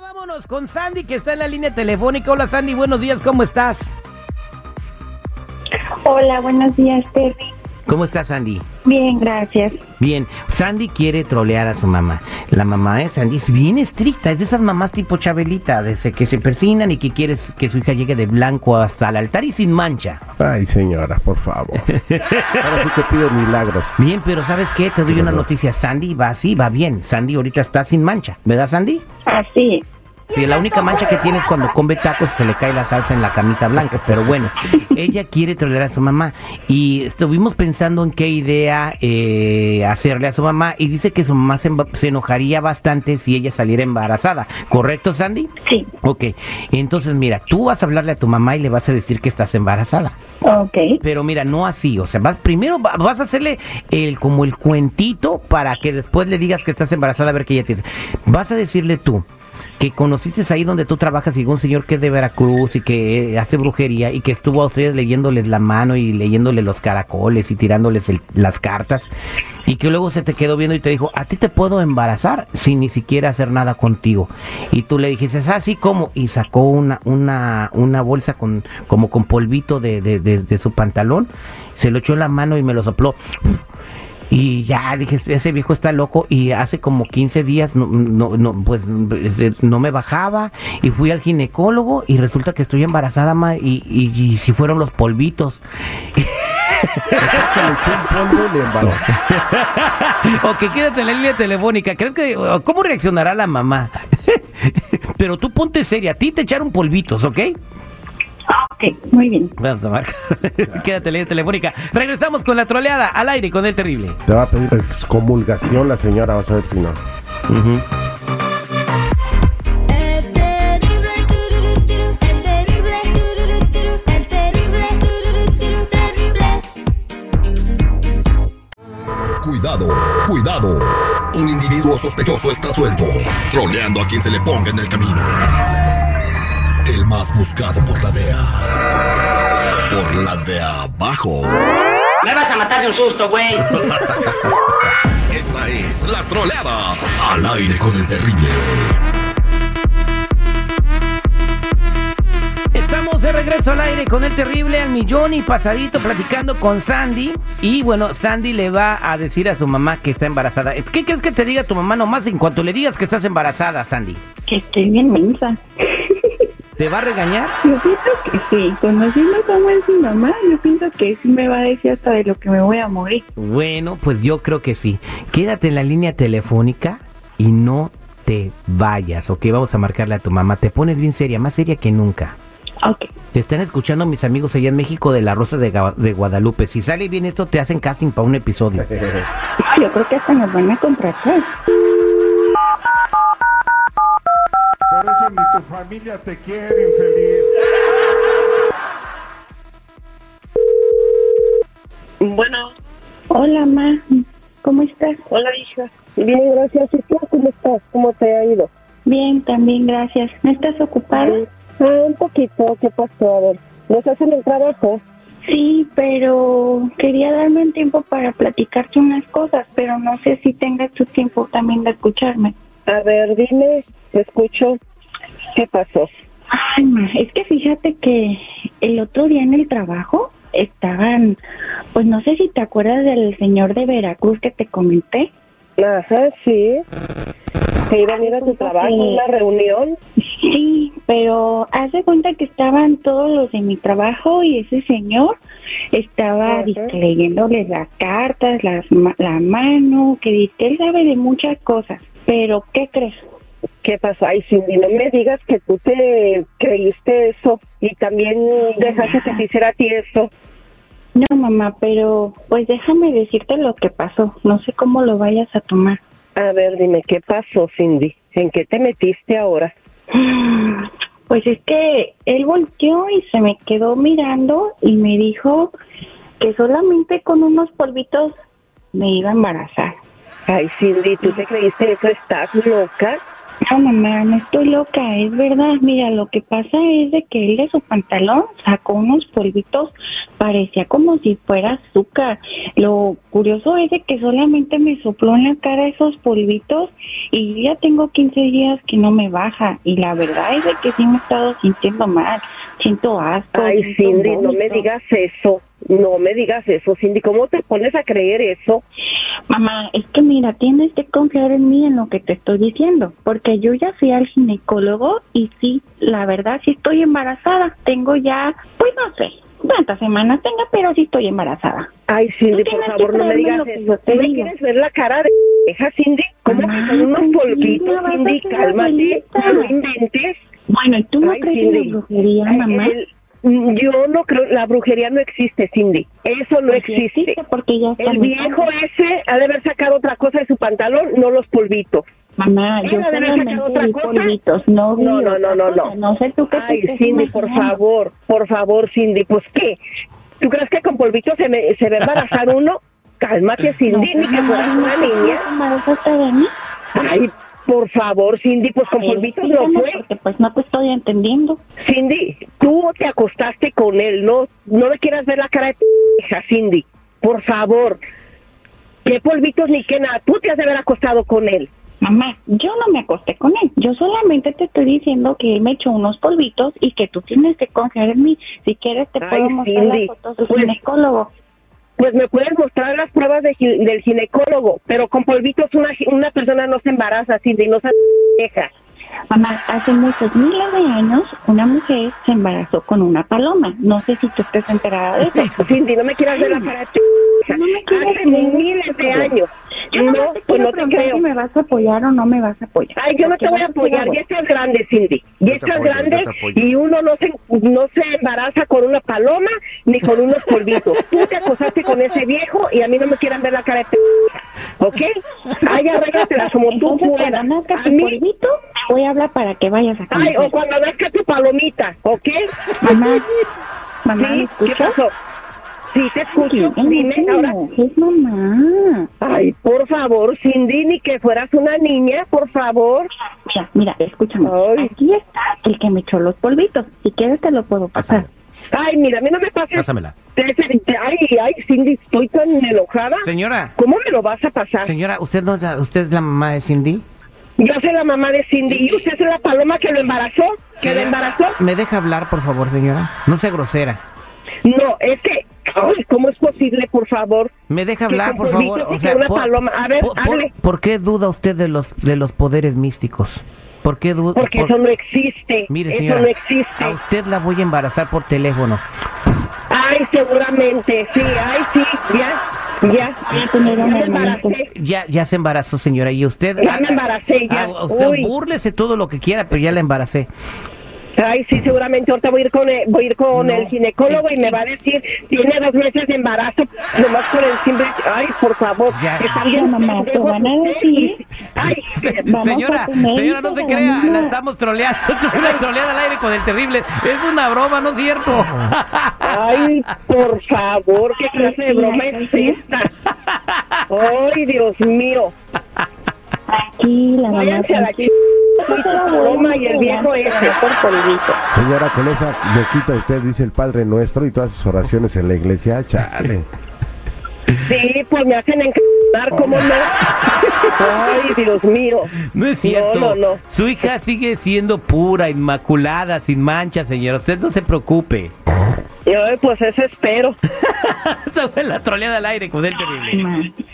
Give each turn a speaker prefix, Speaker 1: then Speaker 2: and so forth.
Speaker 1: Vámonos con Sandy, que está en la línea telefónica. Hola, Sandy, buenos días, ¿cómo estás?
Speaker 2: Hola, buenos días, Terry.
Speaker 1: ¿Cómo estás, Sandy?
Speaker 2: Bien, gracias.
Speaker 1: Bien, Sandy quiere trolear a su mamá. La mamá de Sandy es bien estricta, es de esas mamás tipo Chabelita, desde que se persinan y que quieres que su hija llegue de blanco hasta el altar y sin mancha.
Speaker 3: Ay, señora, por favor. Ahora sí que pido milagros.
Speaker 1: Bien, pero ¿sabes qué? Te doy una noticia. Sandy va así, va bien. Sandy ahorita está sin mancha, ¿verdad, Sandy?
Speaker 2: Así.
Speaker 1: Sí, la única mancha que tiene es cuando come tacos y se le cae la salsa en la camisa blanca. Pero bueno, ella quiere trolear a su mamá. Y estuvimos pensando en qué idea eh, hacerle a su mamá. Y dice que su mamá se, emba- se enojaría bastante si ella saliera embarazada. ¿Correcto, Sandy?
Speaker 2: Sí.
Speaker 1: Ok. Entonces, mira, tú vas a hablarle a tu mamá y le vas a decir que estás embarazada.
Speaker 2: Ok.
Speaker 1: Pero mira, no así, o sea, vas primero va- vas a hacerle el como el cuentito para que después le digas que estás embarazada a ver qué ella te dice. Vas a decirle tú que conociste ahí donde tú trabajas y un señor que es de Veracruz y que eh, hace brujería y que estuvo a ustedes leyéndoles la mano y leyéndoles los caracoles y tirándoles el- las cartas y que luego se te quedó viendo y te dijo, a ti te puedo embarazar sin ni siquiera hacer nada contigo. Y tú le dijiste, así como, y sacó una, una, una bolsa con, como con polvito de, de- de- de su pantalón, se lo echó en la mano y me lo sopló. Y ya dije, ese viejo está loco y hace como 15 días no, no, no, pues este, no me bajaba y fui al ginecólogo y resulta que estoy embarazada ma, y, y, y si fueron los polvitos.
Speaker 3: Se le echó un polvo y le embaló.
Speaker 1: Ok, quédate en la línea telefónica. ¿Crees que o, cómo reaccionará la mamá? Pero tú ponte seria, a ti te echaron polvitos, ¿ok?
Speaker 2: Ah, Ok, muy bien.
Speaker 1: Vamos a marcar. quédate en la línea telefónica. Regresamos con la troleada al aire con el terrible.
Speaker 3: Te va a pedir excomulgación la señora, vas a ver si no.
Speaker 4: El terrible, tururú, tururú, el terrible, tururú, tururú, el terrible, tururú, tururú, terrible.
Speaker 5: Cuidado, cuidado. Un individuo sospechoso está suelto, troleando a quien se le ponga en el camino. El más buscado por la DEA. Por la de abajo.
Speaker 6: Me vas a matar de un susto, güey.
Speaker 5: Esta es la troleada. Al aire con el terrible.
Speaker 1: Estamos de regreso al aire con el terrible al millón y pasadito platicando con Sandy. Y bueno, Sandy le va a decir a su mamá que está embarazada. ¿Qué crees que te diga tu mamá nomás en cuanto le digas que estás embarazada, Sandy?
Speaker 2: Que estoy bien mensa.
Speaker 1: ¿Te va a regañar?
Speaker 2: Yo pienso que sí. Conociendo cómo es mi mamá, yo pienso que sí me va a decir hasta de lo que me voy a morir.
Speaker 1: Bueno, pues yo creo que sí. Quédate en la línea telefónica y no te vayas, ¿ok? Vamos a marcarle a tu mamá. Te pones bien seria, más seria que nunca.
Speaker 2: Ok.
Speaker 1: Te están escuchando mis amigos allá en México de La Rosa de, Gua- de Guadalupe. Si sale bien esto, te hacen casting para un episodio.
Speaker 2: Yo creo que hasta nos van a contratar.
Speaker 3: Por eso ni tu familia te quiere, infeliz.
Speaker 7: Bueno,
Speaker 2: Hola, ma. ¿Cómo estás?
Speaker 7: hola hija. Bien, gracias. ¿Y tú cómo estás? ¿Cómo te ha ido?
Speaker 2: Bien, también, gracias. ¿No estás ocupada?
Speaker 7: Ah, un poquito. ¿Qué pasó? A ver, ¿nos hacen el trabajo?
Speaker 2: Sí, pero quería darme el tiempo para platicarte unas cosas, pero no sé si tengas tu tiempo también de escucharme.
Speaker 7: A ver, dime, te escucho. ¿Qué pasó?
Speaker 2: Ay, ma, es que fíjate que el otro día en el trabajo estaban, pues no sé si te acuerdas del señor de Veracruz que te comenté.
Speaker 7: Ajá, sí. ¿Te iban a ir a tu trabajo,
Speaker 2: Sí.
Speaker 7: una reunión?
Speaker 2: Sí, pero haz de cuenta que estaban todos los de mi trabajo y ese señor estaba
Speaker 7: Ajá.
Speaker 2: dizque, leyéndoles las cartas, las, ma- la mano, que dizque él sabe de muchas cosas. Pero, ¿qué crees?
Speaker 7: ¿Qué pasó? Ay, Cindy, no me digas que tú te creíste eso y también dejaste que te hiciera a ti eso.
Speaker 2: No, mamá, pero pues déjame decirte lo que pasó. No sé cómo lo vayas a tomar.
Speaker 7: A ver, dime, ¿qué pasó, Cindy? ¿En qué te metiste ahora?
Speaker 2: Pues es que él volteó y se me quedó mirando y me dijo que solamente con unos polvitos me iba a embarazar.
Speaker 7: Ay, Cindy, ¿tú te creíste eso? ¿Estás loca?
Speaker 2: No, mamá, no estoy loca, es verdad. Mira, lo que pasa es de que él de su pantalón sacó unos polvitos, parecía como si fuera azúcar. Lo curioso es de que solamente me sopló en la cara esos polvitos y ya tengo 15 días que no me baja. Y la verdad es de que sí me he estado sintiendo mal, siento asco.
Speaker 7: Ay,
Speaker 2: siento
Speaker 7: Cindy, no me
Speaker 2: vómito.
Speaker 7: digas eso. No me digas eso, Cindy. ¿Cómo te pones a creer eso?
Speaker 2: Mamá, es que mira, tienes que confiar en mí en lo que te estoy diciendo, porque yo ya fui al ginecólogo y sí, la verdad, sí estoy embarazada. Tengo ya, pues no sé cuántas semanas tenga, pero sí estoy embarazada.
Speaker 7: Ay, Cindy,
Speaker 2: Tú
Speaker 7: por
Speaker 2: tienes
Speaker 7: favor,
Speaker 2: que
Speaker 7: no me
Speaker 2: creerme
Speaker 7: digas
Speaker 2: lo que yo
Speaker 7: eso.
Speaker 2: te
Speaker 7: ¿Tú me
Speaker 2: digo.
Speaker 7: quieres ver la cara de deja, Cindy? ¿Cómo que
Speaker 2: Mamá,
Speaker 7: son unos
Speaker 2: tranquila,
Speaker 7: polvitos,
Speaker 2: vas a
Speaker 7: Cindy?
Speaker 2: ser
Speaker 7: Cálmate,
Speaker 2: abuelita.
Speaker 7: no inventes.
Speaker 2: Bueno, ¿y tú no
Speaker 7: Ay,
Speaker 2: crees en
Speaker 7: Cindy.
Speaker 2: la brujería,
Speaker 7: Ay,
Speaker 2: mamá?
Speaker 7: el- mm, yo no creo, la brujería no existe, Cindy. Eso no
Speaker 2: Pues sí
Speaker 7: existe.
Speaker 2: porque ya está
Speaker 7: El
Speaker 2: muy
Speaker 7: viejo
Speaker 2: tarde.
Speaker 7: ese ha de haber sacado otra cosa de su pantalón, no los polvitos.
Speaker 2: Mamá,
Speaker 7: Él
Speaker 2: yo
Speaker 7: ha de haber
Speaker 2: solamente
Speaker 7: sacado otra
Speaker 2: vi
Speaker 7: cosa.
Speaker 2: polvitos, no vi
Speaker 7: No, no, no,
Speaker 2: otra
Speaker 7: no,
Speaker 2: cosa.
Speaker 7: no.
Speaker 2: No sé tú qué te
Speaker 7: Ay,
Speaker 2: estés
Speaker 7: Cindy, por
Speaker 2: imaginando.
Speaker 7: favor, por favor, Cindy, pues qué. ¿Tú crees que con polvitos se, me- se va a embarazar uno? Cálmate,
Speaker 2: No,
Speaker 7: Cindy, ni que
Speaker 2: mamá,
Speaker 7: fueras
Speaker 2: ¿no
Speaker 7: una
Speaker 2: te
Speaker 7: niña.
Speaker 2: embarazaste de mí?
Speaker 7: Ay, por favor, Cindy, pues con
Speaker 2: A ver,
Speaker 7: polvitos no
Speaker 2: explícame,
Speaker 7: fue.
Speaker 2: Porque pues no te estoy entendiendo.
Speaker 7: Cindy, tú te acostaste con él, no, no le quieras ver la cara de tu hija, Cindy. Por favor. Qué polvitos ni qué nada. Tú te has de haber acostado con él.
Speaker 2: Mamá, yo no me acosté con él. Yo solamente te estoy diciendo que él me echó unos polvitos y que tú tienes que confiar en mí. Si quieres, te
Speaker 7: Ay,
Speaker 2: puedo mostrar
Speaker 7: Cindy,
Speaker 2: las fotos del
Speaker 7: pues-
Speaker 2: ginecólogo.
Speaker 7: Pues me puedes mostrar las pruebas de gi- del ginecólogo, pero con polvitos una, gi- una persona no se embaraza, Cindy, no se deja.
Speaker 2: Mamá, hace muchos miles de años, una mujer se embarazó con una paloma. No sé si tú estés enterada de eso.
Speaker 7: Cindy, no me quieras ver la cara de tu hija.
Speaker 2: No me quieres
Speaker 7: Hace
Speaker 2: creer.
Speaker 7: miles de años.
Speaker 2: Yo
Speaker 7: no,
Speaker 2: nomás te
Speaker 7: pues
Speaker 2: quiero
Speaker 7: no te
Speaker 2: preguntar
Speaker 7: creo.
Speaker 2: si me vas a apoyar o no me vas a apoyar.
Speaker 7: Ay, yo no
Speaker 2: Porque
Speaker 7: te voy a
Speaker 2: no quiero
Speaker 7: apoyar, ya
Speaker 2: apoyar.
Speaker 7: estás grande, Cindy. Ya
Speaker 8: Yo te
Speaker 7: estás
Speaker 8: apoyo,
Speaker 7: grande
Speaker 8: yo te apoyo.
Speaker 7: y uno no se, no se embaraza con una paloma ni con unos polvitos. Tú te acostaste con ese viejo y a mí no me quieran ver la cara de p... ¿Ok? Ay, arréglatelas como tú
Speaker 2: Entonces, cuando
Speaker 7: puedas.
Speaker 2: nazca
Speaker 7: A
Speaker 2: tu
Speaker 7: mí,
Speaker 2: polvito, te voy a hablar para que vayas a
Speaker 7: ay, o
Speaker 2: conocer.
Speaker 7: cuando nazca tu palomita, ¿ok?
Speaker 2: Mamá, mamá, ¿me
Speaker 7: ¿Sí? ¿Qué
Speaker 2: escuchas?
Speaker 7: pasó? Sí, te escucho.
Speaker 2: Ay,
Speaker 7: Dime
Speaker 2: Pues no,
Speaker 7: ahora.
Speaker 2: Es mamá.
Speaker 7: Ay, por favor, Cindy, ni que fueras una niña, por favor.
Speaker 2: Mira, mira, escúchame.
Speaker 7: Ay.
Speaker 2: Aquí está el que me echó los polvitos. Si quieres te lo puedo pasar.
Speaker 8: Pásamela,
Speaker 7: Ay, mira, a mí no me pases.
Speaker 8: pásamela.
Speaker 7: Ay, ay, Cindy, estoy tan enojada.
Speaker 1: Señora,
Speaker 7: ¿Cómo me lo vas a pasar?
Speaker 1: señora, ¿usted, no es la, ¿usted es la mamá de Cindy?
Speaker 7: Yo soy la mamá de Cindy y usted es la paloma que lo embarazó, que lo
Speaker 1: Señora,
Speaker 7: embarazó.
Speaker 1: ¿Me deja hablar, por favor, señora? No sea grosera.
Speaker 7: No, es que, ay, ¿cómo es posible, por favor?
Speaker 1: ¿Me deja
Speaker 7: Que
Speaker 1: hablar,
Speaker 7: con
Speaker 1: por
Speaker 7: polvitos
Speaker 1: favor?
Speaker 7: y que una paloma. A ver,
Speaker 1: por,
Speaker 7: hable.
Speaker 1: por qué duda usted de los, de los poderes místicos? ¿Por qué duda?
Speaker 7: Porque eso no existe.
Speaker 1: Mire,
Speaker 7: eso
Speaker 1: señora,
Speaker 7: no
Speaker 1: a
Speaker 7: existe.
Speaker 1: usted la voy a embarazar por teléfono.
Speaker 7: Ay, seguramente, sí, ay, sí, ya, ya.
Speaker 2: Voy a tener
Speaker 7: Ya
Speaker 2: un
Speaker 7: me
Speaker 2: hermanito.
Speaker 7: embaracé.
Speaker 1: Ya, ya se embarazó, señora, y usted...
Speaker 7: Ya me
Speaker 1: ah,
Speaker 7: embaracé, ya.
Speaker 1: ah, a usted
Speaker 7: Uy.
Speaker 1: búrlese todo lo que quiera, pero ya la embaracé.
Speaker 7: Ay, sí, seguramente ahorita voy a ir con el, voy a ir con
Speaker 1: No.
Speaker 7: el ginecólogo y me va a decir, tiene dos meses de embarazo, nomás por el simple... Ay, por favor,
Speaker 1: Ya.
Speaker 7: están bien
Speaker 2: Mamá, te
Speaker 7: pendejos
Speaker 2: van a
Speaker 7: ustedes.
Speaker 2: decir.
Speaker 7: Ay,
Speaker 2: Vamos
Speaker 1: señora,
Speaker 2: a tu médico,
Speaker 1: señora, no se
Speaker 2: la
Speaker 1: crea,
Speaker 2: misma.
Speaker 1: la estamos troleando. Esto es una troleada al aire con el terrible. Es una broma, ¿no es cierto?
Speaker 7: ay, por favor, qué clase de broma es esta. Ay, Dios mío.
Speaker 2: Tranquila, mamá.
Speaker 7: Váyanse a la
Speaker 2: tranquila.
Speaker 7: ch-
Speaker 2: Yo te la voy a
Speaker 7: broma y el
Speaker 2: entregar,
Speaker 7: viejo ese.
Speaker 2: pero no por polvito.
Speaker 9: Señora, con esa boquita usted dice el Padre Nuestro y todas sus oraciones en la iglesia. Chale.
Speaker 7: Sí, pues me hacen encantar, ¿cómo no? Ay, Dios mío.
Speaker 1: No es cierto.
Speaker 7: No, no, no.
Speaker 1: Su hija sigue siendo pura, inmaculada, sin manchas, señora. Usted no se preocupe.
Speaker 7: Ay, pues eso espero.
Speaker 1: Esa fue la troleada al aire con el terrible.
Speaker 2: Mamá,